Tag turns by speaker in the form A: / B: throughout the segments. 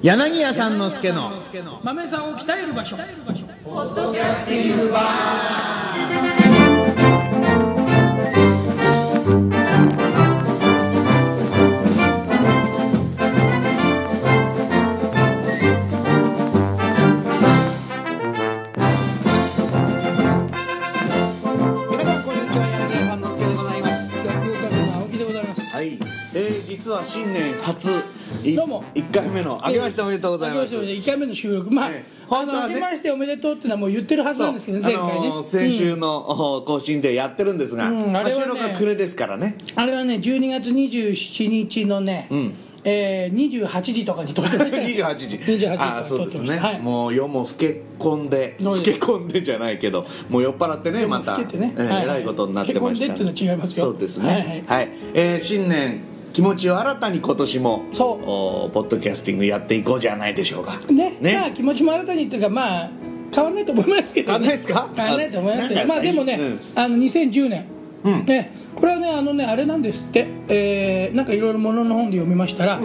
A: 柳家さんの助の
B: 豆さんを鍛える場所
C: 皆さんこんにちは柳家さんのすけでございます
B: 落語家の青木でございます、
C: はい、えー、実は新年初い
B: どうも
C: 1回目の明けましておめでとうございます、
B: 明けしておめでとうございます1回目の収録まあ,、
C: ええ
B: あ
C: 本当は
B: の
C: ね
B: 明けましておめでとうってのはもう言ってるはずなんですけどね前
C: そう
B: 回ね、
C: あのー先
B: うん
C: 週のお更新でやってるんですが、
B: うんあれはね
C: ま収録が暮れですからね
B: あれはね12月27日のね、えー、28時とかに撮って ましたね
C: 28時
B: 28時と
C: あ
B: か
C: あ
B: に
C: そ
B: 撮
C: う
B: っ
C: で
B: て
C: す
B: まし
C: ね、
B: たはい
C: もう夜も更け込んで
B: どう
C: 更
B: いう
C: け込んでじゃないけどもう酔っ払ってねまた
B: 老けてね
C: えー
B: はいはい
C: えらいことになってました
B: 老け込んでっていうのは違いますよ
C: そうですね
B: は
C: はいい、
B: はい
C: えー新年気持ちを新たに今年も
B: そう
C: おポッドキャスティングやっていこうじゃないでしょうか
B: ね
C: ね
B: まあ気持ちも新たにというかまあ変わらないと思いますけど、ね、
C: 変わんないですか
B: 変わらないと思いますけど
C: あ
B: まあでもね、
C: うん
B: あの2010年、
C: うん
B: ねこれはねあのねあれなんですって、えーなんかいろいろものの本で読みましたら、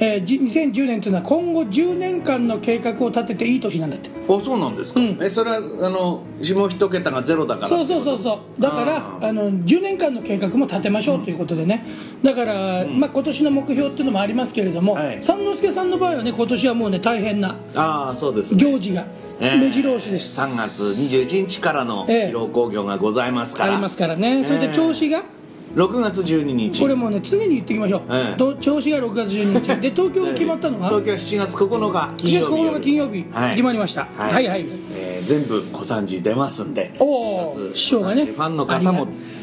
B: えーじ2010年というのは今後10年間の計画を立てていい年なんだって
C: あそうなんですか、
B: うん
C: えそれはあの下一桁がゼロだから
B: そうそうそうそうだから
C: あ
B: あの10年間の計画も立てましょうということでね、だから、まあ、今年の目標っていうのもありますけれども、
C: はい
B: 三之助さんの場合はね今年はもうね大変な
C: ああそうですね
B: 行事が
C: えー
B: 目白押しです、
C: 3月21日からの
B: え
C: 疲
B: え
C: 労工業がございますか
B: あ
C: ら、
B: りますからね、それで調子が
C: 6月12日
B: これもうね常に言っていきましょう、
C: ええ
B: と調子が6月12日で東京が決まったのが
C: 東
B: 7
C: 京は7月9日金
B: 月
C: 曜日
B: 9日金曜日
C: はい
B: 決まりました、
C: はい
B: はいはい
C: えー全部小三治出ますんで7
B: おお
C: 月
B: 師匠がね
C: 小三治ファンの方も
B: あ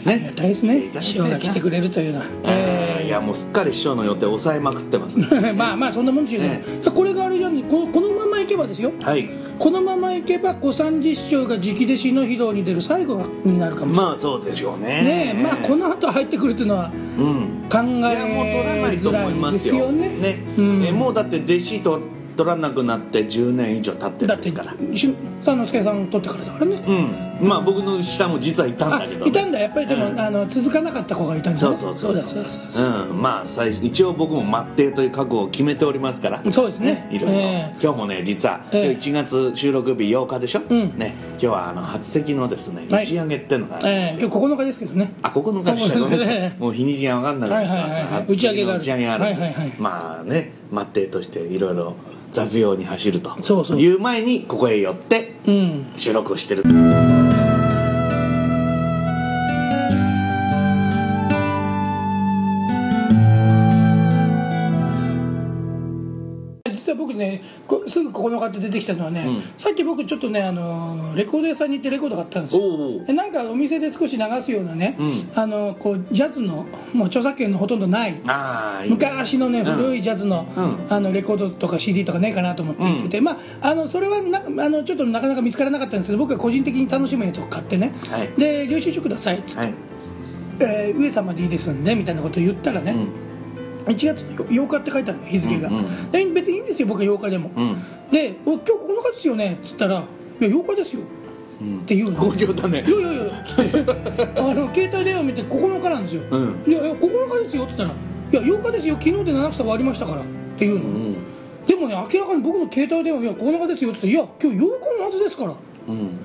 B: りが
C: ね
B: たいですね師
C: 来てい
B: 匠
C: ただ
B: が
C: きたいですね
B: 来てくれるというのは、
C: えーい
B: え
C: やもうすっかり師匠の予定抑えまくってますね
B: えまあまあそんなもんですよね、
C: え
B: でこれがあれじゃんこのこのままいけばですよ
C: はい
B: このままいけば小三治師匠が直弟子の非道に出る最後になるかもしれない、
C: まあそうですよね
B: ねえまあこの後入ってくるっていうの
C: う
B: は
C: ん
B: 考え
C: いやもう取らないと
B: づ
C: 思い
B: ら
C: ま
B: いですす
C: よ
B: よね
C: えもうだって弟子と取らなくなって10年以上経って
B: だ
C: る
B: っ
C: んで
B: て
C: すから
B: し三之助さん取ってからだからね、
C: うんまあ僕の下も実はいたん
B: あ
C: だけどね、
B: いたんだやっぱりでも、あの続かなかった子がいたんだ、ね、
C: そうそうそう
B: そうだそうだ
C: うんまあ最初一応僕も待ってという覚悟を決めておりますから
B: そうですね
C: いろいろ、
B: え
C: 今日もね実は、
B: ええ
C: 今日1月収録日8日でしょ、
B: ん
C: ね、今日はあの初席のですね
B: は
C: 打
B: い
C: ち上げってのがあるん
B: え
C: で
B: え
C: す
B: 今
C: よ、
B: 日9日ですけどね
C: あ、ここの会社ごめんなさい。もう日にちが分かんなくなってます。
B: はいはいはいはい
C: 初日の
B: 打ち上げがある
C: 打ち上げがある。
B: はいはいはい
C: まあね、待ってとしていろいろ雑用に走ると。
B: そうそう
C: いう前にここへ寄って
B: うん
C: 収録をしてる。
B: 実は僕ねこすぐ9日って出てきたのはね、さっき僕ちょっとねあのレコード屋さんに行ってレコード買ったんです
C: おうお
B: よ
C: う
B: でなんかお店で少し流すようなね、
C: ん
B: あのこうジャズのもう著作権のほとんどない
C: ああ、いいね。
B: 昔のね、
C: うん
B: 古いジャズの,、
C: う
B: あのレコードとか CD とかねえかなと思って言ってて、まあ、あのそれはなあのちょっとなかなか見つからなかったんですけど僕は個人的に楽しむやつを買ってね、
C: はい
B: で領収書くださいっつって、
C: はい。
B: えー上様でいいですんでみたいなことを言ったらね、1月8日って書いてあるの日付が、
C: うんう
B: で別にいいんですよ僕は8日でも、
C: ん
B: でお「今日9日ですよね」っつったら「いや8日ですよ」って言うの、
C: 強情だね
B: い。やいやいや つってあの携帯電話見て9日なんですよ、
C: うん
B: いやいや9日ですよって言ったら「いや8日ですよ昨日で七草終わりましたから」っていうの、
C: ん
B: でもね明らかに僕の携帯電話「いや9日ですよ」って言ったら「いや今日8日のはずですから」
C: うん。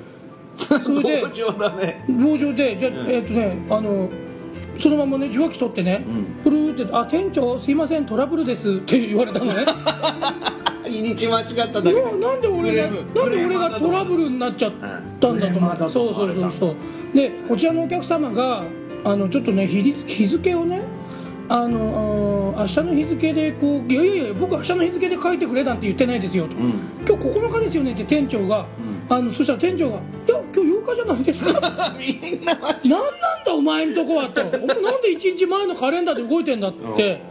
B: そ れで
C: 強情だね。
B: 棒状でじゃあ、えっ、とねあのそのままね受話器取ってね、プルーって「あ店長すいませんトラブルです」って言われたの ね
C: 日にち間違っただけ
B: い
C: で。
B: やなんで俺が
C: クレーム
B: なんで俺
C: クレームだ
B: が
C: と
B: トラブルになっちゃったんだと思って、
C: うん
B: そうそうそうそうでこちらのお客様があのちょっとね日日付をねあのあー明日の日付でこう「いやいやいや僕明日の日付で書いてくれ」なんて言ってないですよと、今日9日ですよね」って店長が、あのそしたら店長が「いや今日8日じゃないですか」
C: みんなは
B: なんなんだお前んとこはとお前なんで1日前のカレンダーで動いてんだって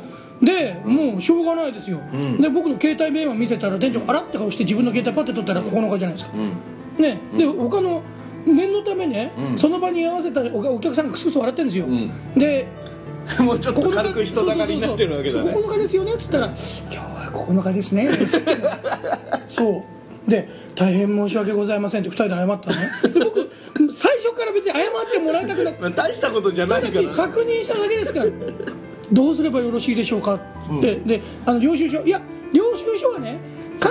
B: でもうしょうがないですよ、で僕の携帯電話見せたら店長あらって顔して自分の携帯パッて取ったら9日じゃないですか、ねで他の念のためね、その場に居合わせたおお客さんがクスクス笑ってるんですよ、で
C: もうちょっと軽く人だかりになってるわけだね。
B: 9日ですよねっつったら「今日は9日ですね」そうで「大変申し訳ございません」って2人で謝ったのねで僕最初から別に謝ってもらいたくなくて
C: まあ大したことじゃない
B: た
C: か
B: だけ
C: ら。
B: 確認しただけですからどうすればよろしいでしょうかって、であの領収書いや領収書はね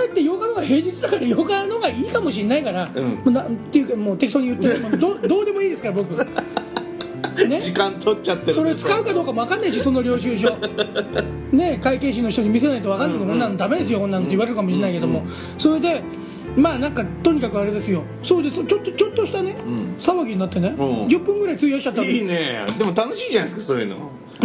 B: って8日のが平日だから8日のがいいかもしれないから、もうなっていうかもう適当に言ってるもうどどうでもいいですから僕ね
C: 時間取っちゃってる
B: それを使うかどうかも分かんないしその領収書ね会計士の人に見せないと分かんない、こんなのダメですよこんなのって言われるかもしれないけども、それでまあなんかとにかくあれですよそうですちょっとちょっとしたね、騒ぎになってね、
C: ん
B: 10分ぐらい費やしちゃったわけ
C: いいねでも楽しいじゃないですかそういうの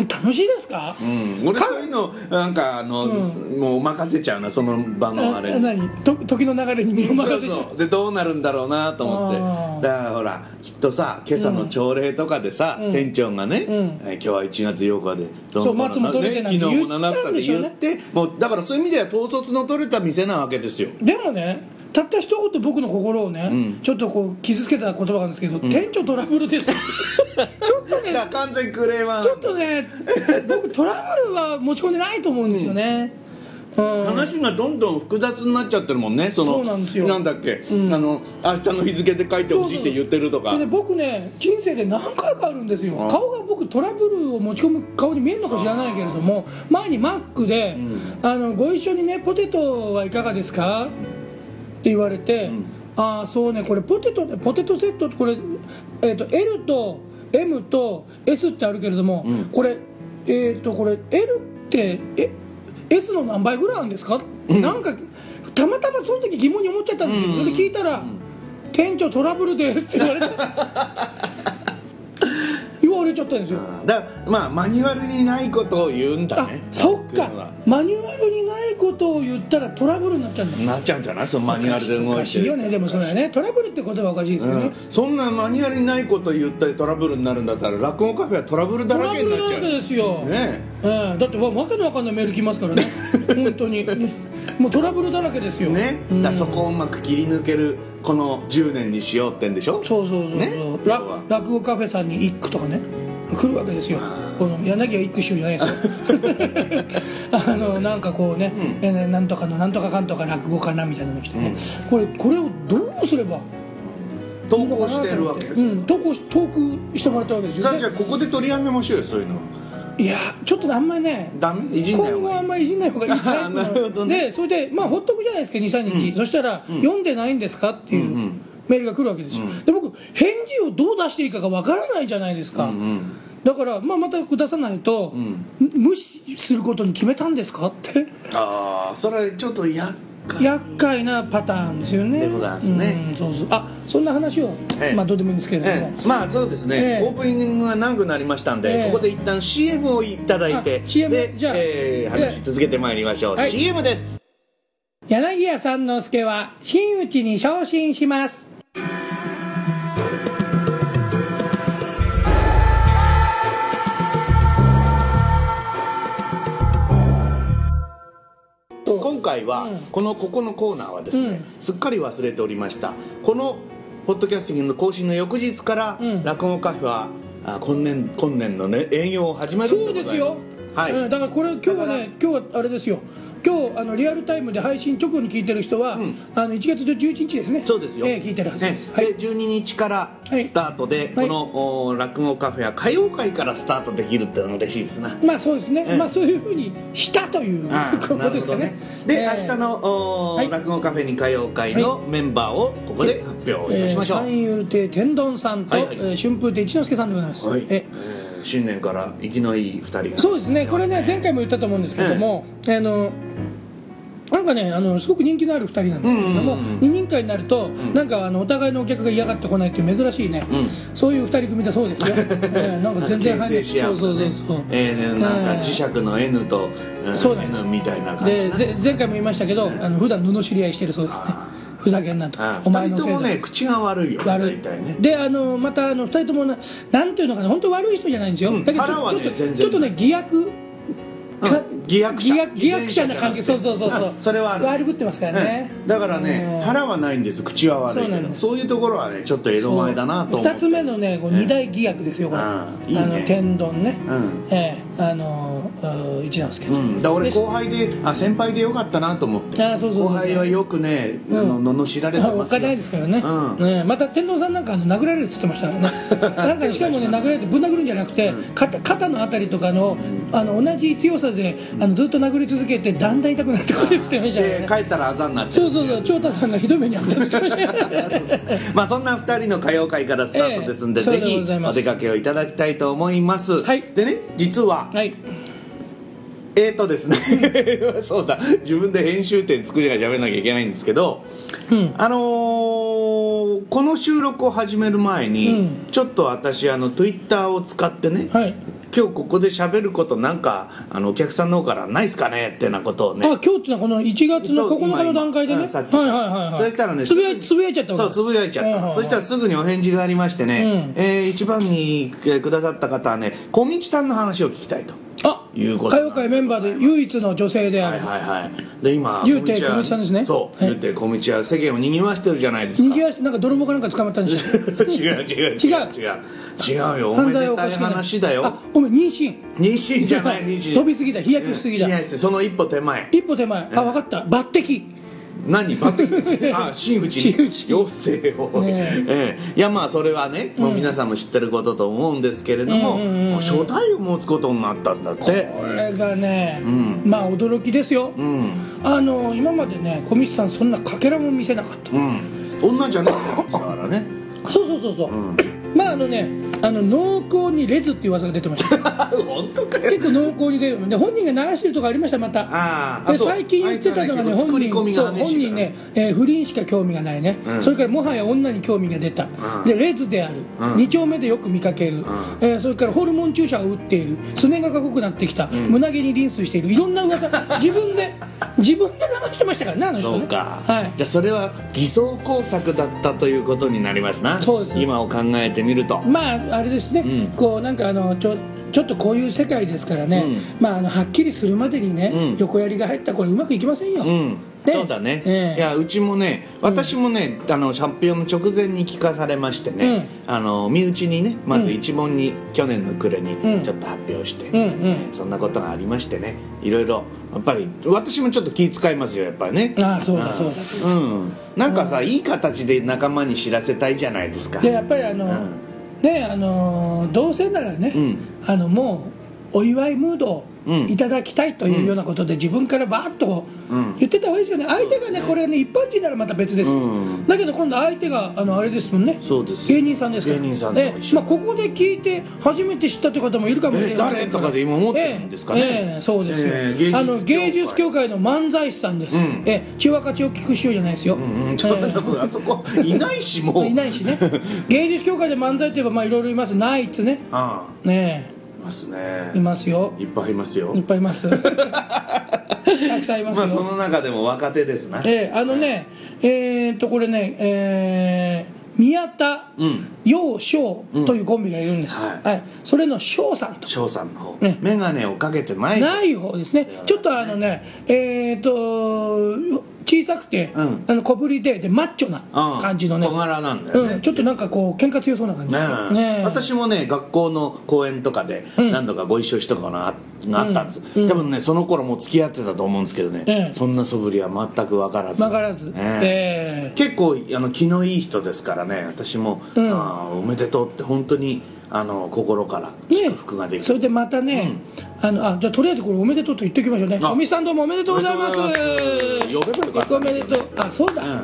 B: 楽しいですか、
C: うん俺
B: か
C: そういうのなんかあの、もう任せちゃうなその場のあれ
B: あ何と時の流れに身を任せて
C: そうそうでどうなるんだろうなと思ってだからほらきっとさ今朝の朝礼とかでさ、店長がね、えー今日は1月8日でど
B: そう
C: こ
B: 松も取れてなんて
C: 昨日も
B: 言ったんでしょうね
C: 言ってもうだからそういう意味では統率の取れた店なわけですよ
B: でもねたった一言僕の心をね、ちょっとこう傷つけた言葉があるんですけど、店長トラブ ルですちょっとね
C: だから完全にクレーマー
B: ちょっとね僕トラブルは持ち込んでないと思うんですよねうん、
C: 話がどんどん複雑になっちゃってるもんねその
B: そうなんですよ
C: だっけ、あの明日の日付で書いてほしいって言ってるとか
B: でね僕ね人生で何回かあるんですよ
C: あ
B: 顔が僕トラブルを持ち込む顔に見えるのか知らないけれども前にマックで、あの「ご一緒にねポテトはいかがですか?」って言われて、ああそうねこれポテトポテトセットこれ、えー、と L と M と S ってあるけれども、これえっ、とこれ L ってえ S の何倍ぐらいあるんですか、なんかたまたまその時疑問に思っちゃったんですよ、それ聞いたら、店長トラブルです」って言わ れて言われちゃったんですよ
C: だからまあマニュアルにないことを言うんだ
B: あ
C: ね
B: そっ
C: マックは
B: かマニュアルにないことを言ったらトラブルになっちゃうんだ
C: なっちゃうんじゃないそのマニュアルで動いて
B: おかしいよねでもそれはねトラブルって言葉はおかしいですよね、
C: うんそんなマニュアルにないこと言ったりトラブルになるんだったら落語カフェはトラブルだ
B: ト
C: ら
B: ラ
C: け
B: ブ
C: になっ
B: ル
C: ち
B: だ
C: ゃ
B: ら
C: う
B: けですよ、
C: ね
B: ええだってわわけのわかんないメール来ますか らね本当にもうトラブルだらけですよ、
C: えね、だからそこをうまく切り抜けるこの10年にしようってんでしょ
B: そうそうそうそう、
C: ね
B: ら
C: 要は
B: 落語カフェさんに一句とかね来るわけですよこの柳家一句集じゃないですよ あのなんかこうね、えねなんとかのなんとかかんとか落語かなみたいなの来てね、これこれをどうすれば
C: 投稿してるわけですよ、
B: うん、投稿し投稿してもらったわけです
C: さ
B: よ
C: あじゃあ
B: ね
C: ここで取り上げましょうよそういうの
B: いやちょっとねあんまりね
C: ダメいじんない
B: 今
C: 方
B: 後
C: が
B: はいあ
C: い
B: んまりいじんない方がいい タイプ
C: なるほどね
B: でそれでまあほっとくじゃないですか23日、そしたら、読んでないんですか?」っていうメールが来るわけですよ、で僕返事をどう出していいかがわからないじゃないですか、だから、まあ、また出さないと、無視することに決めたんですかって
C: ああそれちょっとやっか
B: 厄介なパターンですよね
C: でございますね
B: うんそうそうあそんな話を、
C: ええ
B: まあどうでもいいんですけれども、
C: ええまあそうですね、
B: ええ
C: オープニングが長くなりましたん
B: え
C: で、
B: え
C: ここで一旦 CM をいただいて
B: あ CM
C: で
B: じゃあ
C: ええ話し続けてまいりましょう、
B: はい
C: CM です
B: 柳家三之助は真打ちに昇進します
C: 今回は、このここのコーナーはですね、すっかり忘れておりましたこのポッドキャスティングの更新の翌日から、
B: ん
C: 落語カフェはあ今年今年のね営業を始めるんで
B: そ
C: ご
B: う
C: ざいます
B: ですよ、
C: はい、
B: うんだからこれ今日はね今日はあれですよ今日あのリアルタイムで配信直後に聞いてる人は、あの1月11日ですね
C: そうですよ、
B: ええ聞いてるはずです、
C: ね
B: はい
C: で12日から
B: はい
C: スタートで、
B: はい
C: このお落語カフェは歌謡会からスタートできるっていうのは嬉しいですな
B: まあそうですね、
C: ええ
B: まあそういうふうにしたという
C: ああ
B: ことですかね
C: で、
B: ええ
C: 明日の、おー
B: はい
C: 落語カフェに歌謡会のメンバーをここで発表いたしましょう、
B: ええ三遊亭天丼さんと、
C: はいはい
B: えー春風亭一之輔さんでございます、
C: はい
B: え
C: え
B: え
C: ー新年から生きのいい2人が
B: そうですねこれね前回も言ったと思うんですけども、あのなんかねあのすごく人気のある2人なんですけれども、
C: うんうんうん
B: 二人会になると、なんかあのお互いのお客が嫌がってこないっていう珍しいね、そういう2人組だ そうですよ、ええなんか全然
C: 反
B: 反
C: 省
B: 応
C: し合
B: そううそうそうそう、
C: えーなんか
B: ええ
C: 磁石の N と、うん
B: そうなんです
C: N みたいな感じ
B: でぜ前回も言いましたけど、あの普段罵り合いしてるそうですねふざけんなと
C: ああ
B: お前の
C: 二人
B: せ
C: と
B: いだ
C: も
B: と
C: ね口が悪いよ
B: 悪い
C: 大体ね
B: であのまたあの2人ともななんていうのかな本当悪い人じゃないんですよ、
C: ん
B: だけどち
C: 腹
B: ょ
C: は
B: ち
C: ね
B: ょっと
C: 全然
B: ちょっとね偽悪か
C: うん偽悪者
B: 偽悪偽悪者な感じ
C: 偽善
B: そう
C: 者じゃ
B: そ
C: なくて
B: うそうそう
C: あそれはある
B: 悪ぶってますからね、
C: だからね腹はないんです口は悪い
B: そう
C: け
B: なん
C: ど
B: です
C: そういうところはねちょっと江戸前だなと思って
B: 2つ目のねこう二大偽悪ですよこれ、
C: ああいいね
B: あの天丼ね、
C: うん
B: ええあのうん一之輔
C: う
B: と、
C: ん、だから俺
B: で
C: 後輩であ先輩でよかったなと思って
B: あそうそうそう
C: 後輩はよくね、あの
B: うん
C: 罵られて
B: あお
C: ま
B: っ
C: す
B: か
C: よ
B: ないですからね,、
C: うん
B: ねまた天童さんなんかあの殴られるっつってましたからね なんかしかもね殴られてぶん殴るんじゃなくて、肩肩のあたりとかのあの同じ強さで、あのずっと殴り続けてだんだん痛くなってくるって言ってましたよ
C: で
B: ね
C: 帰ったらあざになって
B: そ
C: る
B: うそうそう長太さんがひどい目にあったって言ってましたよね
C: まあそんな2人の歌謡会からスタートですんで、
B: ええそう
C: ぜ
B: で
C: ひ
B: ござい
C: お
B: ます
C: 出かけをいただきたいと思います、
B: はい
C: でね実 は、
B: はい
C: えーとですね そうだ自分で編集点作りが喋らなきゃいけないんですけど、あのーこの収録を始める前に、
B: うん
C: ちょっと私あの Twitter を使ってね、
B: はい
C: 今日ここで喋ることなんかあのお客さんの方からないっすかねってなことをね
B: あ今日ってのはこの1月の
C: そう
B: 9日の段階でね
C: 今今うん
B: はい
C: さ
B: は
C: っき
B: いはいはい
C: そしたらね
B: つぶやつぶやいちゃったわけ
C: そうつぶやいちゃった、
B: はいはいはい
C: そしたらすぐにお返事がありましてね、えー一番にえーくださった方はね小道さんの話を聞きたいと
B: あ
C: いうこと
B: 歌謡界メンバーで唯一の女性であ
C: はい
B: る、
C: はいはいで今
B: 竜亭
C: 小は
B: 小道さんですね
C: そう
B: はい
C: 竜亭小道は世間を賑わしてるじゃないです
B: 逃
C: か
B: げ足なんか泥棒かなんか捕まったんでし ょ
C: 違う違う違う違う違うよおめ
B: 犯罪
C: で
B: を犯
C: たい
B: しくない
C: 話だよ
B: あごめん妊娠
C: 妊娠じゃない妊娠
B: 飛びすぎた飛躍しすぎだ
C: うん飛躍してその一歩手前
B: 一歩手前あ分かった抜擢
C: 何バテ ィあ真打ち
B: 真打ち
C: 妖精を、
B: ね
C: ええいやまあそれはね、もう皆さんも知ってることと思うんですけれども、
B: うんうんうんうん
C: もう初代を持つことになったんだって
B: これがね、
C: ん
B: まあ驚きですよ、
C: うん
B: あの今までね小道さんそんなかけらも見せなかった
C: うん女じゃないですからね
B: そうそうそうそう、 まああのねあの濃厚にレズっていう技が出てまし た
C: 本当かよ
B: 結構濃厚に出るので本人が流してるとかありましたまた
C: あーあ
B: で
C: そう
B: 最近言ってたのがね
C: あいつはね結構作
B: 本
C: り込
B: 人
C: みが
B: そう
C: 激しいから
B: 本人ね、えー不倫しか興味がないね、
C: ん
B: それからもはや女に興味が出た、
C: うん
B: でレズである、
C: ん
B: 2丁目でよく見かける、えーそれからホルモン注射を打っているすねが濃くなってきた、胸毛にリンスしているいろんな 噂自分で自分で流してましたからねあの人
C: そ
B: ね
C: うか、
B: はい
C: じゃあそれは偽装工作だったということになりますな
B: そうです
C: 今を考えてみると
B: まああれですね、
C: ん
B: こうなんかあのちょちょっとこういう世界ですからね、まあ、あのはっきりするまでにね、
C: うん
B: 横やりが入ったらこれうまくいきませんよ、
C: うん
B: ね
C: そうだね、
B: ええ
C: いやうちもね私もね、あの発表の直前に聞かされましてね、あの身内にねまず一問に、去年の暮れ
B: ん
C: にちょっと発表して、
B: んうん
C: そんなことがありましてねいろいろやっぱり私もちょっと気遣いますよやっぱりね
B: ああそうだそうだ
C: うんなんかさいい形で仲間に知らせたいじゃないですか
B: でやっぱりあの、
C: うん
B: ねあのどうせならね、
C: ん
B: あのもうお祝いムードを
C: うん
B: いただきたいというようなことで、自分からバーッとこう
C: うん
B: 言ってた方がいいですよね、相手がねこれはね一般人ならまた別です、
C: うん
B: だけど今度相手があのあれですもんね
C: そうですよ
B: 芸人さんですから
C: 芸人さんと
B: え
C: も一
B: え
C: 緒
B: まあ、ここで聞いて初めて知ったという方もいるかもしれない
C: え誰とかで今思ってるんですかね
B: ええええそうですよ、
C: ええ芸術
B: あの芸術協会の漫才師さんです、
C: うん
B: ええ千和勝ちを聞く師じゃないですよ、
C: うん、ちょっと多分あそこいないしもう
B: いないしね芸術協会で漫才といえばまあいろいろいますナイツね
C: あ
B: ね
C: あいますね
B: えいますよ
C: いっぱいいますよ
B: いっぱいいま すたくさんいます
C: まあ
B: よ、
C: その中でも若手ですな
B: ええあのねえーっとこれねえー宮田
C: うん
B: 陽翔というコンビがいるんです、
C: うんはい
B: はいそれの翔さんと
C: 翔さんの方、
B: ね
C: 眼鏡をかけてない
B: ない方ですねちょっとあのねえーっと小さくて、
C: うん
B: あの小ぶりででマッチョな
C: うん
B: 感じのね、
C: 小柄なんだよね
B: うん、ちょっとなんかこう喧嘩強そうな感じ
C: ねえ
B: え
C: 私もね学校の講演とかで
B: うん
C: 何度かご一緒したかな、があったんです、多分ねその頃もう付き合ってたと思うんですけどね、
B: ええ
C: そんな素振りは全く分からず
B: 曲がらず、
C: ええ
B: ええ
C: 結構あの気のいい人ですからね私も、
B: うん
C: ああおめでとうって本当にあの心から
B: ね
C: 祝福ができ
B: そ
C: る、
B: れでまたね、あのあじゃあとりあえずこれおめでとうと言っておきましょうね
C: あ
B: おみさんどうもおめでとうございます
C: おめでとうございます呼べばよかった
B: おめでとうあそうだ、
C: う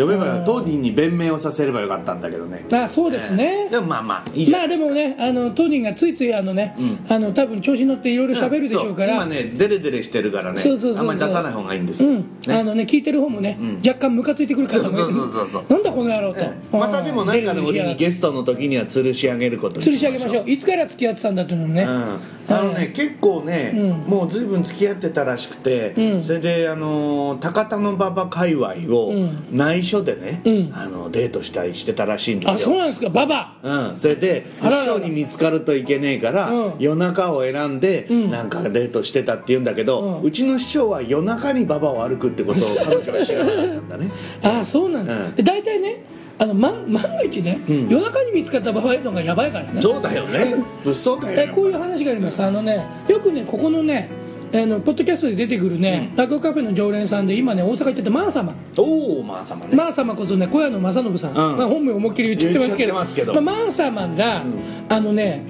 C: ん、呼べばよ当人に弁明をさせればよかったんだけどね
B: あそうですね、
C: でもまあまあいいじゃ
B: ま
C: ん
B: あでもねあの当人がついついあのね、あの多分調子に乗っていろいろ喋るでしょうから、
C: そ今ねデレデレしてるからね
B: そうそうそうそう
C: あんまり出さない方がいいんです
B: う
C: よ、
B: んあのね聞いてる方もね、若干ムカついてくる方もいる
C: そうそうそうそう
B: なんだこの野郎と、うん
C: またでもなんかの
B: デレデレし
C: 折
B: やがっ
C: に
B: て
C: ゲストの時には吊るし上げることに
B: 吊るし上げましょういつから付き合ってたんだっていうのもね、
C: うんあのね、結構ね、もう随分付き合ってたらしくて、それであのー高田の馬場界隈を内緒でね、
B: うん
C: あのデートしたりしてたらしいんですよ
B: あそうなんですかババ
C: うん、それで
B: あらら
C: 一緒に見つかるといけねえから、
B: うん
C: 夜中を選んで、なんかデートしてたって言うんだけど、う
B: うん
C: ちの師匠は夜中に馬場を歩くってことを彼女は知らなかったんだね
B: ああそうなんだ、
C: うん
B: で大体ねあの万万が一ね、夜中に見つかった場合のがやばいからね
C: そうだよね物騒だよ
B: え
C: ね
B: こういう話がありますあのねよくねここのねあのポッドキャストで出てくるね、落語カフェの常連さんで今ね大阪行ってたマー様
C: おおまあ様ね、
B: マー様こそね小屋の正信さん、
C: うん
B: まあ、本名思いっきり言っちゃってますけ
C: 言っ
B: ど
C: ちゃってますけど
B: あマー様が、あのね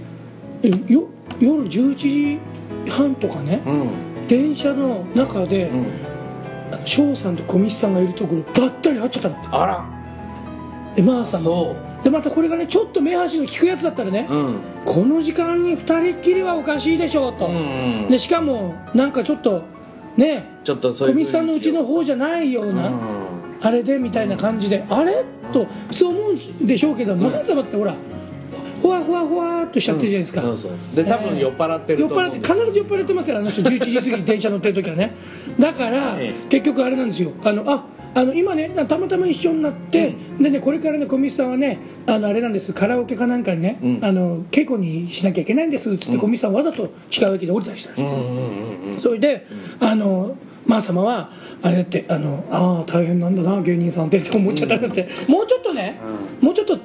B: よ夜11時半とかね、
C: うん
B: 電車の中で翔さんと小道さんがいるところばったり会っちゃったの
C: あら
B: でマーさんも
C: そ
B: でまたこれがねちょっと目端の効くやつだったらね、
C: ううん
B: この時間に2人っきりはおかしいでしょうと、
C: うんうん
B: でしかもなんかちょっとね
C: ちょっとそうい
B: 小
C: う雰囲気を
B: 道さんのうちの方じゃないような、
C: うん
B: あれでみたいな感じで、あれと普通思うんでしょうけど、マン様ってほらふわふわふわっとしちゃってるじゃないですか、
C: そうそうで多分酔っ払って
B: 酔
C: る
B: っ
C: と思
B: 払
C: う
B: っ
C: ん
B: て
C: です
B: 必ず酔っ払ってますからあの人11時過ぎに電車乗ってる時はねだから、
C: え
B: 結局あれなんですよあのああの今ねたまたま一緒になって、でねこれからね小道さんはねあのあれなんですカラオケかなんかにね、
C: ん
B: あの稽古にしなきゃいけないんですっつって小道さんわざと違う駅で降りたりしたんですよ、
C: うんうんうんうん
B: それで、あのマー様はあれだってあのああ大変なんだな芸人さんってって思っちゃったんだって、もうちょっとね、もうちょっと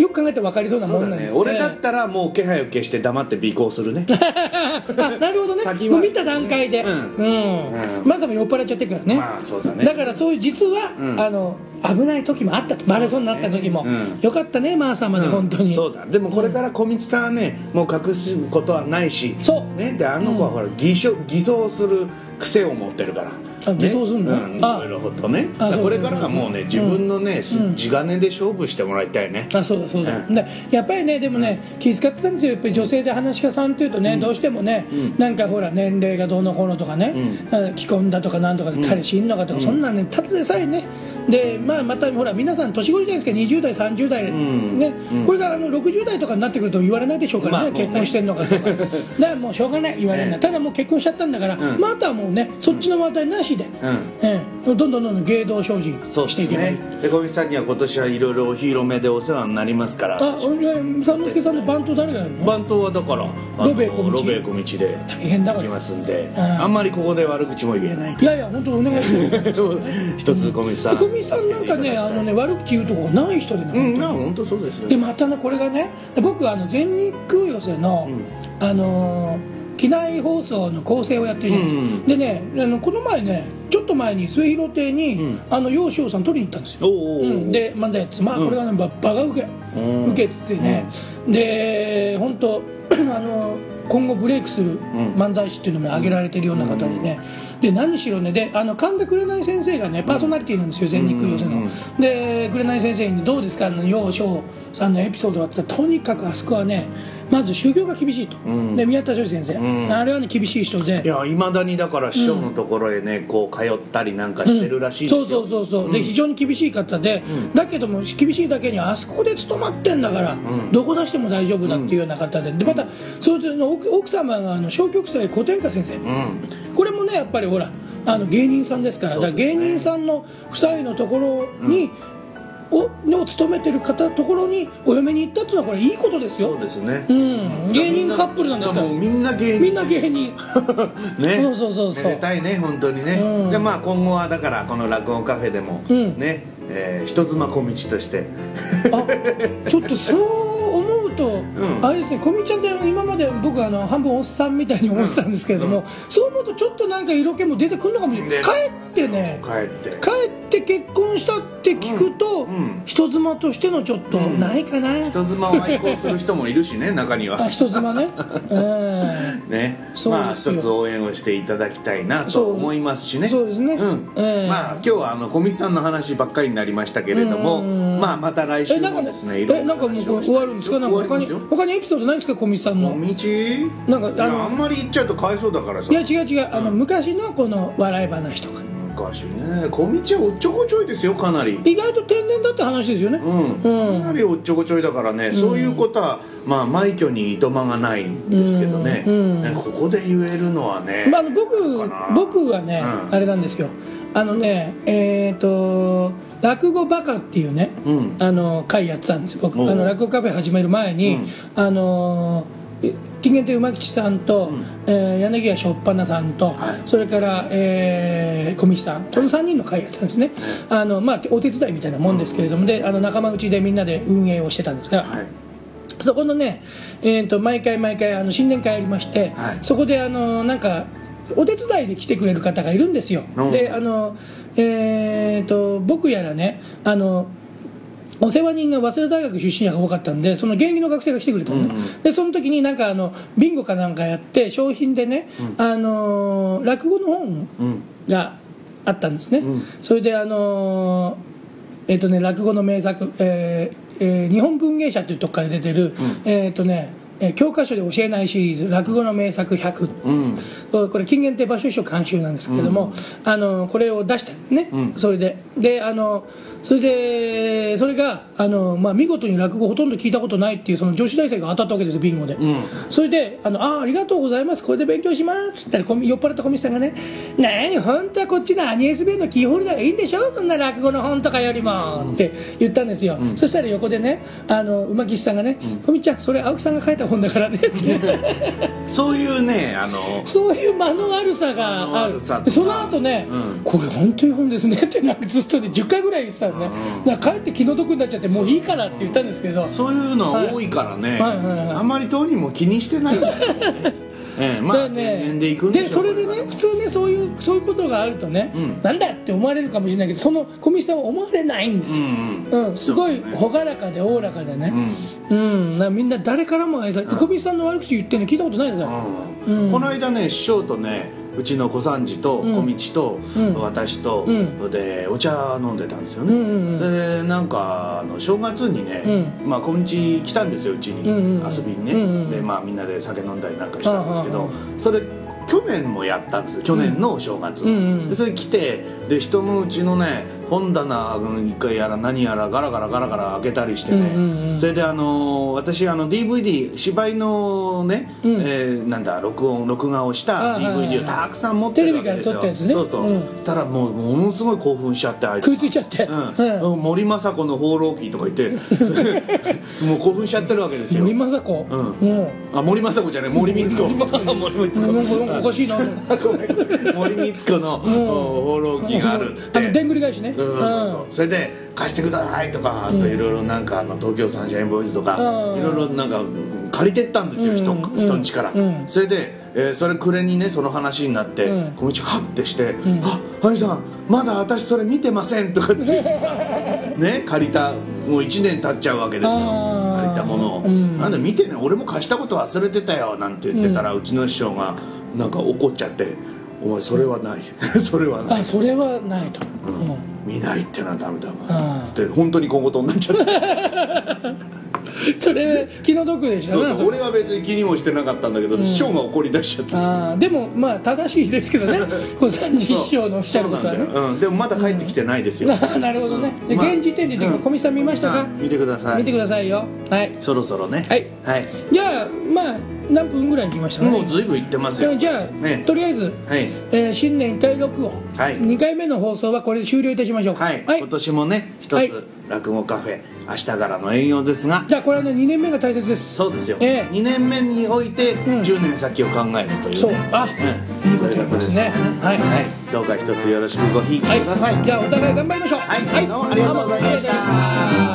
B: よく考えて分かりそうな
C: そ
B: も
C: うんだ
B: なんで
C: ね
B: す
C: 俺だったらもう気配を消して黙って尾行するね
B: あなるほどね
C: 先は
B: もう見た段階で、う
C: うんんうん
B: まさも酔っ払っちゃってるからね,、
C: まあそうだね
B: からそういう実は、
C: ん
B: あの危ない時もあったとバレそうになった時も、
C: うん
B: よかったねマー様で、本当に
C: そうだでもこれから小道さんはねもう隠すことはないし
B: そう
C: ねであの子はほら偽証偽装する癖を持ってるから
B: あ偽装するの
C: ねうんい
B: あ
C: ろいろほんとねだ
B: あ
C: から
B: そう
C: これからはもうね自分のねす地金で勝負してもらいたいね
B: あそうだそうだ、
C: うん
B: でやっぱりねでもね、気遣ってたんですよやっぱり女性で話し家さんっていうとね、どうしてもね、なんかほら年齢がどうのこうのとかね、あ既婚だとかなんとか彼氏いんのかとか、そんなんねただでさえねで、まあ、またほら皆さん年頃じゃないですか20代30代、
C: ん
B: ねこれがあの60代とかになってくると言われないでしょうか
C: まあ
B: らね、
C: もうね
B: 結婚してんのかとかだからもうしょうがない言われない、
C: ええ
B: ただもう結婚しちゃったんだから、
C: うん
B: まあ、あとはもうねそっちの話題なしで、
C: うん
B: ええどんどんどんどん芸道精進
C: そう
B: して
C: で
B: い
C: す
B: けばいい、
C: ねで小道さんには今年はいろいろお披露目でお世話になりますから
B: あ俺三之助さんの番頭誰がやるの
C: 番頭はだからあの
B: ロベ小道
C: ロベ小道で
B: 大変だか
C: 行
B: ら
C: きますんで
B: ん
C: あんまりここで悪口も言えない
B: いやいや本当お願いします
C: 一つ小道さん
B: 小見さんなんかねあのね悪口言うとこない人で
C: う
B: ね、
C: んな本当そうですね
B: でまたねこれがねで僕あの全日空寄せの、あのー機内放送の構成をやってるじゃないですか、
C: うんうん
B: でねあのこの前ねちょっと前に末広亭に、
C: ん
B: あの楊翔さん取りに行ったんですよ
C: おうおうおう
B: うん、で漫才やってまあこれがね、ばバカウケ
C: ん
B: ウケっつってね、で本当 あの今後ブレイクする漫才師っていうのも挙げられてるような方でね、で何しろねであの神田紅先生がねパーソナリティなんですよ全日空寄せの、で紅先生に「どうですか?」あの楊翔さんのエピソードはって言ったらとにかくあそこはねまず修行が厳しいと、で宮田庄司先生、
C: ん
B: あれはね厳しい人で
C: いやいまだにだから師匠のところへねこう通ったりなんかしてるらしいです
B: そう
C: よ
B: そうそうそう、で非常に厳しい方で、だけども厳しいだけにあそこで勤まってんだから、どこ出しても大丈夫だっていうような方ででまたそれの奥奥様があの小極祭古典家先生、
C: うん
B: これもねやっぱりほらあの芸人さんですからだから芸人さんの夫妻のところに、をを勤めてる方ところにお嫁に行ったっていうのはこれいいことです
C: そう
B: よ、
C: ですね
B: うん、芸人カップルなんですから
C: もうみんな芸人
B: みんな芸人
C: ね
B: そうそうそうそう
C: めでたいね本当にね、
B: うん
C: でまあ今後はだからこの落語カフェでも、
B: うん
C: ね、えー人妻小道として
B: あちょっとそう思うと、
C: ん
B: あれですね小道ちゃんってあの今まで僕あの半分おっさんみたいに思ってたんですけれども、そう思うとちょっとなんか色気も出てくるのかもしれない
C: で
B: かえってね
C: 帰って
B: かえって結婚したって聞くと、
C: んうん
B: 人妻としてのちょっとないかな、
C: 人妻を愛好する人もいるしね中に
B: あ
C: は
B: 人妻ねうん
C: ね
B: そう
C: まあ
B: ですよ
C: 一つ応援をしていただきたいな
B: そ
C: と
B: う
C: 思いますしね
B: そうですね
C: ん
B: ええ
C: まあ今日はあの小道さんの話ばっかりになりましたけれども、まあまた来週
B: えなんか
C: も
B: ね
C: ですねいろ
B: え
C: いろ
B: なんかもうこれ終わるんですかなんか他に
C: 終わりますよ
B: 他にエピソードないんですか小道さんの
C: 小道
B: なんかあの
C: いやあんまり言っちゃうとかわいそうだからさ
B: いや違う違うあの昔のこの笑い話とか
C: 昔ね小道はおっちょこちょいですよかなり
B: 意外と天然だって話ですよね、
C: うん、
B: うん
C: かなりおっちょこちょいだからね、そういうことはまあ枚挙にいとまがないんですけどね,、ねここで言えるのはね、
B: まあ、あの僕
C: かな
B: 僕はね、
C: うん
B: あれなんですよあのねえっ、と「落語バカ」っていうね、
C: うん
B: あの会やってたんです僕
C: おう
B: あの落語カフェ始める前に、あのえ金源亭馬吉さんと、えー柳家しょっぱなさんと、
C: はい
B: それから、えー小道さんこの3人の会やってたんですねあの、まあ、お手伝いみたいなもんですけれども、であの仲間内でみんなで運営をしてたんですが、
C: はい、
B: そこのね、えー、と毎回毎回あの新年会やりまして、
C: はい
B: そこであのなんかお手伝いで来てくれる方がいるんですよ、
C: うん
B: であの、えー、と僕やらねあのお世話人が早稲田大学出身が多かったんでその現役の学生が来てくれたのね、でその時になんかあのビンゴかなんかやって商品でね、あのー落語の本があったんですね、それであのーえっ、とね落語の名作、えーえー日本文芸社」っていうとこから出てる、えっ、とねえー教科書で教えないシリーズ「落語の名作100」そうこれ金元亭馬首書監修なんですけれども、あのこれを出したのね、それでであのそれでそれがあの、まあ、見事に落語ほとんど聞いたことないっていうその女子大生が当たったわけですよビンゴで、それであのあー「ありがとうございますこれで勉強します」っつったらコミ酔っ払った小道さんがね「何本当はこっちのアニエスベのキーホルダーがいいんでしょそんな落語の本とかよりも」って言ったんですよ、そしたら横でねあの馬岸さんがね「小道ちゃんそれ青木さんが書いた本だからね」って
C: そういうねあの
B: そういう間の悪さ
C: 間の
B: があ
C: 悪
B: る
C: さとか
B: その後ね、これ本当に本ですねってなんかずっとね10回ぐらい言ってたのね、だから帰って気の毒になっちゃってもういいからって言ったんですけど
C: そういうの多いからね、
B: はいはいはいはい
C: あんまり当人も気にしてないんだよ ねええまあ、
B: だから
C: 定年で行くんでしょう
B: それで
C: こ
B: ね
C: は
B: 普通ねそういうそういうことがあるとね、なんだって思われるかもしれないけどその小道さんは思われないんですよ、
C: うん
B: うんすごい朗らかでおおらかでねうん、なみんな誰からも愛され小道さんの悪口言ってるの聞いたことないですか
C: う
B: ら、
C: んこの間ね師匠とねうちの小三治と小道と、私と、でお茶飲んでたんですよね、それでなんかあの正月にね、まあ、小道来たんですようちに、遊びにね、でまあみんなで酒飲んだりなんかしたんですけど、
B: あああ
C: それ去年もやったんですよ去年のお正月、
B: うんうん
C: でそれ来てで人のうちのね本棚一回やら何やらガラガラガラガラ開けたりしてね、
B: うんうんうん
C: それであのー私あの DVD 芝居のね、
B: ん
C: えーなんだ録音録画をした
B: あはいはいはい
C: DVD をたくさん持ってるわけですよ
B: テレビから撮ったやつね
C: そうそう、
B: う
C: たらもうものすごい興奮しちゃってあいつ
B: 食いついちゃって、
C: うん森昌子の放浪記とか言 ってもう興奮しちゃってるわけですよ
B: 森昌子、
C: うん
B: も
C: あ森昌子じゃない森光子 森
B: う
C: 光
B: なんかなんかおかしいなと思って
C: ごめん森光子のお放浪記があるっつっ
B: あ
C: て
B: のでんぐり返しね
C: そうそうそうそうそれで貸してくださいとかあといろいろなんかあの東京サンシャインボーイズとか
B: うん
C: いろいろなんかうん借りてったんですよ人人んちから
B: うん
C: それでえーそれ暮れにねその話になって
B: うん
C: 小道ハッてして「あっ兄さんまだ私それ見てません」とかって ね借りたもう1年経っちゃうわけですよ
B: あー
C: 借りたものを
B: うん
C: なんで見てね俺も貸したこと忘れてたよなんて言ってたらうちの師匠がなんか怒っちゃって「お前それはない それはない
B: あ」それはないと、うん
C: 見ないってのはダメだも
B: あ
C: ん
B: あ
C: つって本当に今後とになっちゃった
B: それ気の毒でした
C: そう
B: な
C: そう俺は別に気にもしてなかったんだけど、師匠が怒り出しちゃった
B: あーでもまあ正しいです けどね小三治
C: そう
B: 師匠のおっしゃることは
C: そうなん
B: ね
C: だようん、でもまだ帰ってきてないですよ、
B: あー なるほどねで
C: まあ
B: 現時点で言って小見さん見ましたか
C: うん見てください
B: 見てくださいよはい
C: そろそろね
B: はいじゃあまあ何分ぐらい行きましたか
C: もう
B: ね
C: ずいぶん行ってますよ
B: じゃあ、
C: ね
B: とりあえず、
C: はい
B: えー新年第録音、
C: はい
B: 2回目の放送はこれで終了いたしましょうか
C: はい、今年もね一つ、
B: はい
C: 落語カフェ明日からの営業ですが
B: じゃあこれはね2年目が大切です
C: そうですよ、
B: ええ
C: 2年目において
B: ん
C: 10年先を考えるというね、
B: そうあ
C: うん
B: いいこと言いますね
C: そううことですよ
B: はい
C: はい、どうか一つよろしくごひいきください、
B: じゃあお互い頑張りましょう
C: はいどうもありがとうございました
B: どうもありがとうございました